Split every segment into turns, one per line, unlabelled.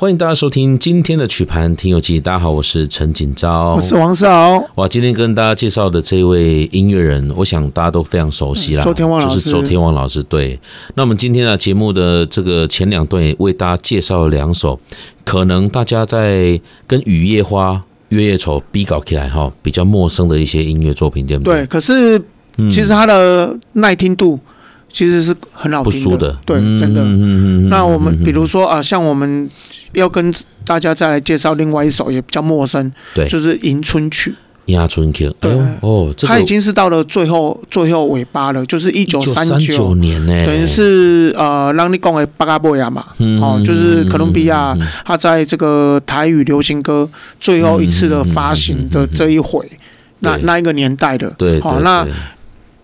欢迎大家收听今天的曲盘听友记。大家好，我是陈锦昭，
我是王少。哦
哇，今天跟大家介绍的这位音乐人，我想大家都非常熟悉啦，
周天旺老师
就是周天旺老师。对，那我们今天啊节目的这个前两段也为大家介绍了两首，可能大家在跟雨夜花、月夜愁比搞起来哈，比较陌生的一些音乐作品，对不
对，？可是
嗯
其实它的耐听度其实是很好
不
听
输
的，
的，
对，真的。
嗯
那我们比如说啊、呃像我们要跟大家再来介绍另外一首也比较陌生，
对
就是《迎春曲》，
压春 Q，哎
对
呦哦，这
它
个
已经是到了最后最后尾巴了，就是一九三
九哎
九，
年呢，
等于是呃，让你讲的巴嘎波亚嘛，
嗯
哦，就是哥伦比亚
嗯嗯嗯
它在这个台语流行歌最后一次
嗯
的发行的这一回，那
对
那一个年代的，
对，
好、
对
那
对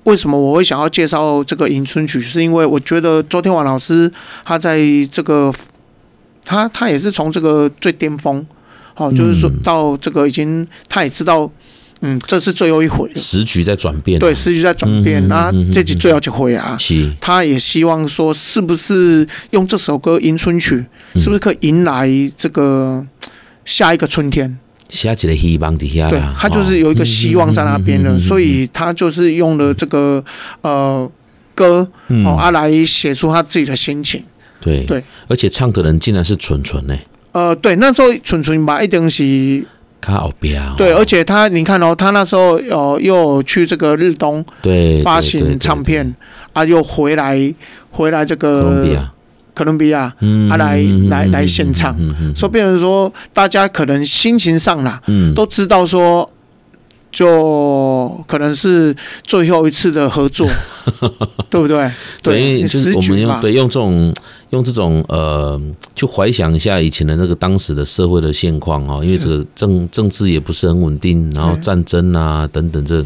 为什么我会想要介绍这个迎春曲？是因为我觉得周天王老师他在这个，他他也是从这个最巅峰，好、就是说
嗯
到这个已经他也知道，嗯，这是最后一回了，
时局在转变，
对，时局在转变，
嗯
那、
嗯嗯嗯
这集最后一回啊。
是，
他也希望说，是不是用这首歌《迎春曲》，
嗯
是不是可以迎来这个嘖下一个春天？
写一个希望底下
对
啦，，
他就是有一
哦
个希望在那边
嗯
了，所以他就是用了这个呃歌哦，
哦，
啊来写出他自己的心情。
对
对，
而且唱的人竟然是纯纯呢，
呃，对，那时候纯纯吧，一定是
卡奥比啊，
对，而且他你看哦，他那时候呃又有去这个日东
对
发行唱，
对对对
片啊，又回来回来这
对哥伦比
个
亚，
哥伦比亚，
嗯
啊来
嗯
来
嗯
来
嗯
现场
嗯嗯
所以变成说大家可能心情上啦
嗯，
都知道说。就可能是最后一次的 合作，对不对？
对，因为
你
就是
时
我
局
们
嘛
用对用这种用这种呃，就怀想一下以前的那个当时的社会的现况哦，因为这个政政治也不是很稳定，然后
嗯
战争啊等等这，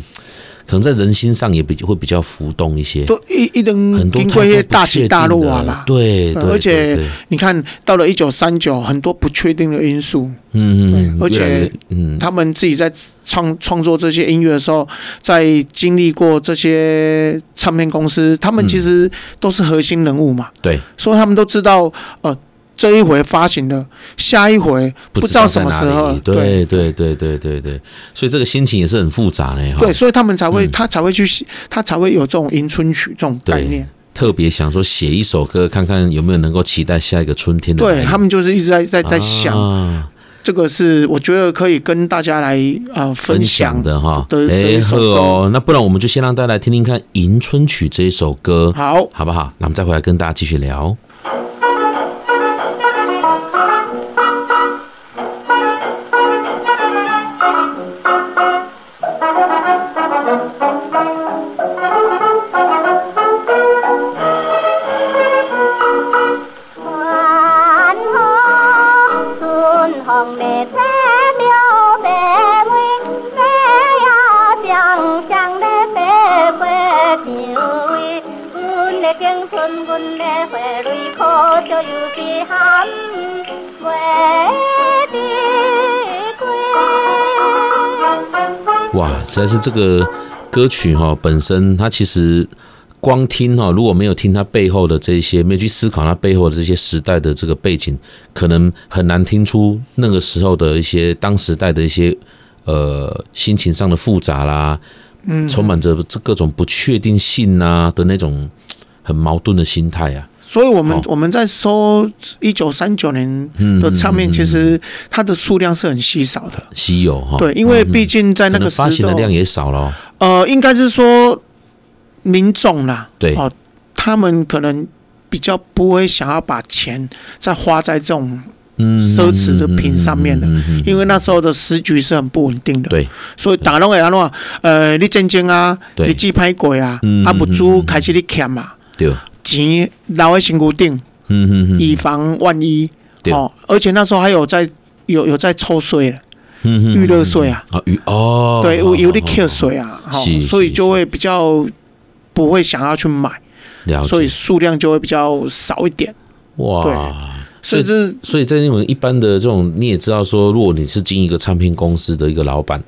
可能在人心上也比会比较浮动一些，
都一一
很
等
多
嗯经
太
过一些
多
大
不确
起
定
大落啊
的
啦。
对
对
对，
而且
对对
你看到了一九三九，很多不确定的因素，
嗯嗯嗯，
而且
越来越嗯，
他们自己在创创作这些音乐的时候，在经历过这些唱片公司，他们
嗯
其实都是核心人物嘛，
对，
所以他们都知道，呃，这一回发行的，下一回不知道什么时
在哪
候
里，对对对对对对，所以这个心情也是很复杂的哈。
对，所以他们才会，
嗯
他才会去，他才会有这种迎春曲这种概
对
念。
特别想说写一首歌，看看有没有能够期待下一个春天的来临。
对他们就是一直在在在想，
啊
这个是我觉得可以跟大家来啊、呃
分
分
享
享。
的哈
的。的一首
呵哦，那不然我们就先让大家来听听看《迎春曲》这一首歌，
好，
好不好？那我们再回来跟大家继续聊。
quan họ xuân hồng mẹ bé miêu bé nguy bé ya chẳng chẳng để bé quê tiêu uy quân để tiếng xuân quân để quê lui khó cho dù phi hắn quê đi quê
哇，实在是这个歌曲哈、本身，它其实光听哈、如果没有听它背后的这些，没有去思考它背后的这些时代的这个背景，可能很难听出那个时候的一些当时代的一些呃心情上的复杂啦，
嗯，
充满着这各种不确定性啊的那种很矛盾的心态啊。
所以我们、
好
我们在收一九三九年
嗯
的唱片，
嗯嗯
其实它的数量是很稀少的。
稀有哈、
对，因为毕竟在
嗯可
那
能
个时
发行的
候，
量也少了哦、
呃，应该是说民众啦，
对
哦，他们可能比较不会想要把钱再花在这种，
嗯，
奢侈的品上面的
嗯嗯嗯嗯嗯
因为那时候的时局是很不稳定的。
对，
所以打拢会安怎？呃，你战争啊，
对
你记歹过啊
嗯，
啊，物
嗯
资
嗯
开始你欠嘛，
对，
钱留在身躯顶，
嗯嗯嗯，
以防万一。哦
对，
而且那时候还有在有有在抽税了，
嗯
预热税啊，
啊，娱哦，
对，有有的 Q
哦，
税啊，好
是，
所以
是
就会比较不会想要去买，
了解，
所以数量就会比较少一点，对
哇。所以，
甚至
所以在你们一般的这种，你也知道说，如果你是经营一个唱片公司的一个老板，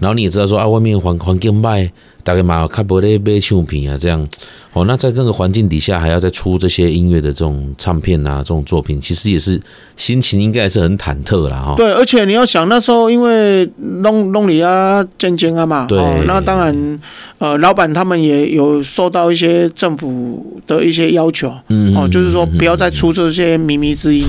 然后你也知道说啊，外面环环境卖大概嘛较无咧买唱片啊这样。哦，那在那个环境底下，还要再出这些音乐的这种唱片啊，这种作品，其实也是心情应该也是很忐忑啦，哈。
对，而且你要想那时候，因为弄弄你啊、建监啊嘛，
对
哦，那当然，呃，老板他们也有受到一些政府的一些要求，
嗯
哦，就是说不要再出这些靡靡之音，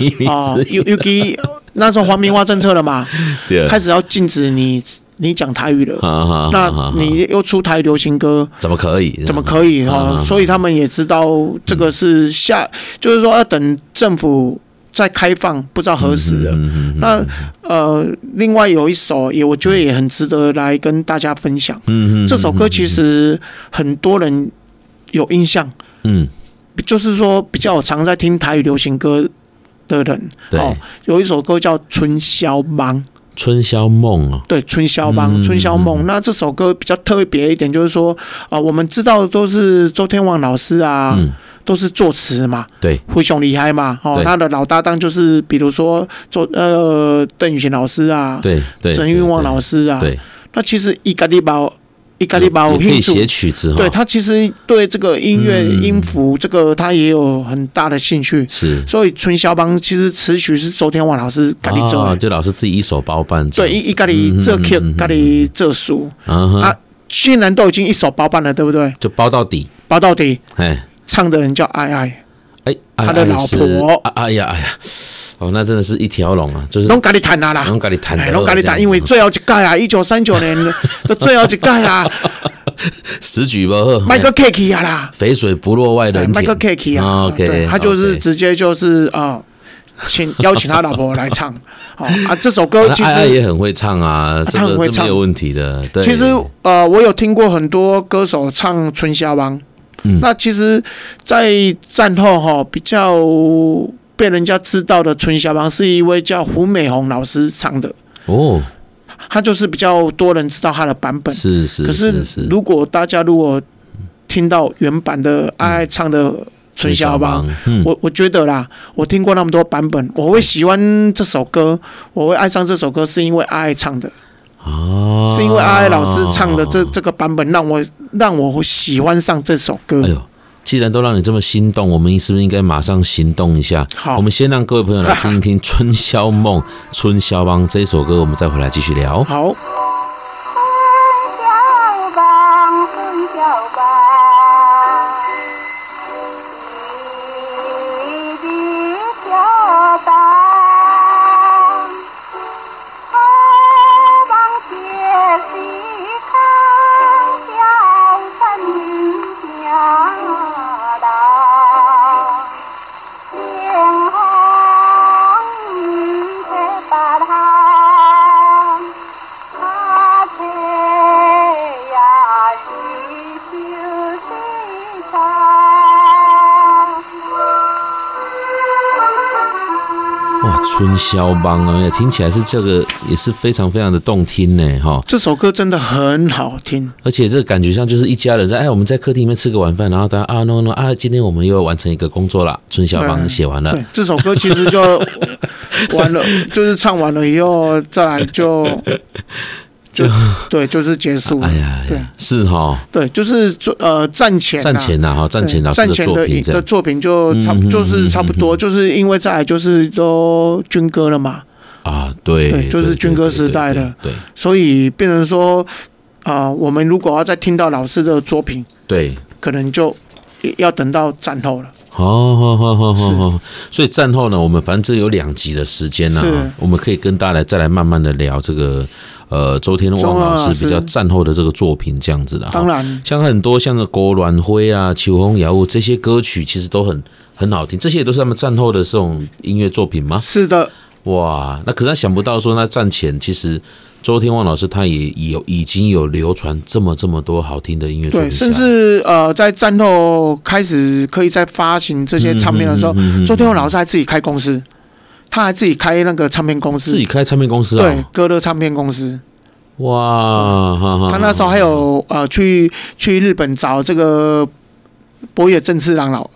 迷 迷
哦
之，
尤尤其那时候黄明化政策了嘛，
对，啊
开始要禁止你你讲台语了，
哈哈哈
那
哈
你又出台流行歌，
怎么可以？
怎么可以
啊
哈、
啊
所以他们也知道这个是下，就是说要等政府再开放，不知道何时了。
嗯嗯
那呃，另外有一首也我觉得也很值得来跟大家分享。
嗯嗯，
这首歌其实很多人有印象，
嗯，
就是说比较常在听台语流行歌的人，
对，
哦有一首歌叫《春宵梦》。
春宵梦哦，
对《春宵帮》
嗯
《春宵梦》那这首歌比较特别一点，就是说，啊、我们知道的都是周天王老师啊，
嗯
都是作词嘛，
对，
非常厉害嘛，哦
对，
他的老搭档就是比如说周呃邓雨贤老师啊，
对对，
陈玉旺老
师
师啊，
对，
那其实伊咖喱包伊咖喱包
也可以
兴
写
趣，
曲子哈，
对他其实对这个音乐、
嗯
音符这个他也有很大的兴趣。
是
所以《春宵帮》其实词曲是周天旺老师咖喱做
啊，
的，
就老师自己一手包办这
对，
样子，嗯
伊伊咖喱这
嗯嗯
Q
嗯嗯
咖喱这书，
啊哈
啊，竟然都已经一手包办了，对不对？
就包到底，
包到底，
哎
唱的人叫爱爱，
哎，哎
他的
哎
老
是
婆
啊哎呀哎呀，哦，那真的是一条龙啊，就是
拢咖喱弹啊啦，
拢自己弹的哦
哎拢咖
这
喱
样
弹，
子
因为最后一届啊，一九三九 年的最后一届啊，
十举不喝，
迈
哎
克 k 奇啊啦，
肥水不落外
哎
人
迈
田
克 k 奇啊
哦，OK，
对他就是
，OK
直接就是啊，请邀请他老婆来 唱，好啊，这首
啊
歌
那
其
爱爱
实。
也很会唱啊，这
他很
个
会
这没有
唱
问题的，对，
其实呃，我有听过很多歌手唱《春夏王》
嗯
那其实，在战后哈、比较被人家知道的《春夏王》是一位叫胡美红老师唱的，
哦，
他就是比较多人知道他的版本。
是是，
可
是
是如果大家如果听到原版的爱爱唱的《春夏王》，
嗯，
我我觉得啦，我听过那么多版本，我会喜欢这首歌，我会爱上这首歌，是因为爱爱唱的。
哦，
是因为阿爱老师唱的这这个版本，让我让我喜欢上这首歌
哎。呦，既然都让你这么心动，我们是不是应该马上行动一下？
好
我们先让各位朋友来听一听《春宵梦》《春宵帮》这一首歌，我们再回来继续聊。
好，
小棒，春小棒，你的小棒，好棒铁蹄扛小三娘郎。天空云彩把它。阿姐呀，你就是他。
哇，《春宵帮》啊，听起来是这个也是非常非常的动听呢，哈。
这首歌真的很好听。
而且这个感觉上就是一家人在哎，我们在客厅里面吃个晚饭，然后大家啊 no no 啊，今天我们又完成一个工作啦，《春宵帮》
嗯
写完了
对，，这首歌其实就 完了，就是唱完了以后，再来 就就对，就是结束了。
哎呀，哎
对
呀是哈，
对，就是做呃战前啊
战前呐哈，战前老师
战
的
前
作
的
品这
的
样，
作品就差
嗯嗯嗯
就是差不多，就是因为再来就是都军歌了嘛，
啊，对，
对就是
对
军歌时代的，
对
所以变成说啊、我们如果要再听到老师的作品，
对对对，
可能就也要等到战后了。
好好好好好好，所以战后呢，我们反正有两集的时间呢、啊
是
我们可以跟大家来再来慢慢的聊这个呃周天
周
旺
天旺
老
老
师
师
比较战后的这个作品这样子的哈。啊
当然，
像很多像个郭鸾辉啊、秋风摇物这些歌曲，其实都很很好听，这些也都是他们战后的这种音乐作品吗？
是的，
哇，那可是他想不到说，那战前其实周天旺老师他也有已经有流传这么这么多好听的音乐作
对，
品下
甚
来，
至呃，在战后开始可以在发行这些唱片的时候
嗯嗯嗯嗯嗯嗯，
周天旺老师还自己开公司，他还自己开那个唱片公
自
司
己，开唱片公司啊、
对，歌乐唱片公司。
哇，哈哈
他那时候还
啊
有呃去去日本找这个博野正次郎老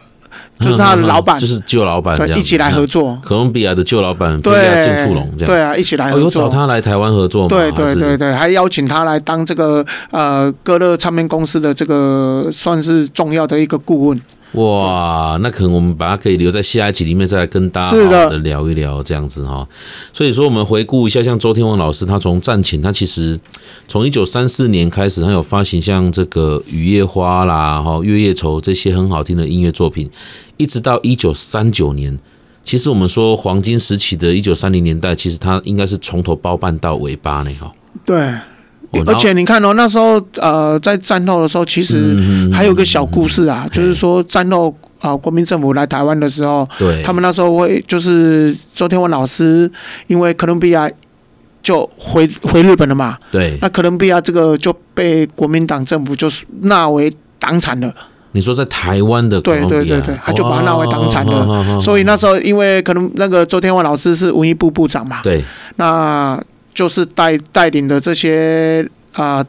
嗯
就是他的老板，
就是旧老板这
对，
样，嗯
一起来合。作，
哥伦比亚的旧老板，比亚建
对
富隆，这样，
对啊，一起来
哦，有找
合作。
他来台湾合作吗？
对
还
对
是
对对，还邀请他来当这个呃歌乐唱片公司的这个算是重要的一个顾问。
哇，那可能我们把它可以留在下一集里面再来跟大家
是的
好好的聊一聊这样子哈。所以说，我们回顾一下，像周天王老师，他从战情，他其实从一九三四年开始，他有发行像这个《雨夜花》啦、哈《月夜愁》这些很好听的音乐作品，一直到一九三九年。其实我们说黄金时期的一九三零年代，其实他应该是从头包办到尾巴呢，哈。
对，
哦
而
然后
且你看哦，那时候呃，在战后的时候，其
嗯嗯
实
嗯
还有个小故事啊，就是说战后啊、国民政府来台湾的时候，
对
他们那时候会就是周天文老师，因为哥伦比亚就回回日本了嘛，
对，
那哥伦比亚这个就被国民党政府就是纳为党产了，
你说在台湾的哦
对
哥伦比亚
对对对他就把它纳为党产了
哇
所以那时候因为可能那个周天文老师是文艺部部长嘛，
对
那就是带带领的这些啊、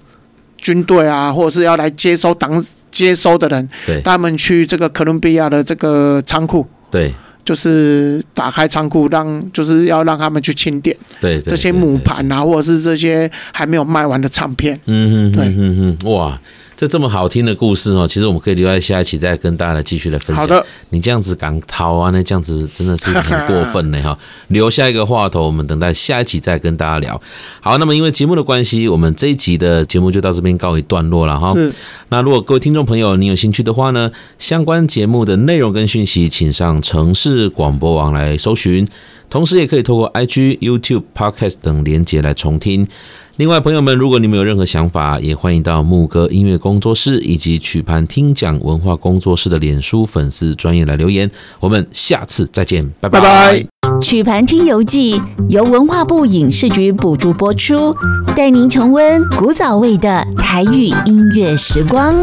军队啊，或者是要来接收党接收的人，
对
他们去这个哥伦比亚的这个仓库，
对
就是打开仓库，让就是要让他们去清点
对，对
这些
对
母
对
盘啊，或者是这些还没有卖完的唱片。
嗯哼
对
哼哼哼，哇，这这么好听的故事哦，其实我们可以留在下一期再跟大家来继续来分享。
好，的，
你这样子敢掏啊，那这样子真的是很过分 呢哈。留下一个话头，我们等待下一期再跟大家聊。好，那么因为节目的关系，我们这一集的节目就到这边告一段落了哈。
是
那如果各位听众朋友你有兴趣的话呢，相关节目的内容跟讯息，请上城市广播网来搜寻，同时也可以透过 IG、YouTube、Podcast 等连接来重听。另外，朋友们，如果你们有任何想法，也欢迎到牧歌音乐工作室以及曲盘听讲文化工作室的脸书粉丝专业来留言。我们下次再见，拜
拜拜。
《曲盘听游记》由文化部影视局补助播出，带您重温古早味的台语音乐时光。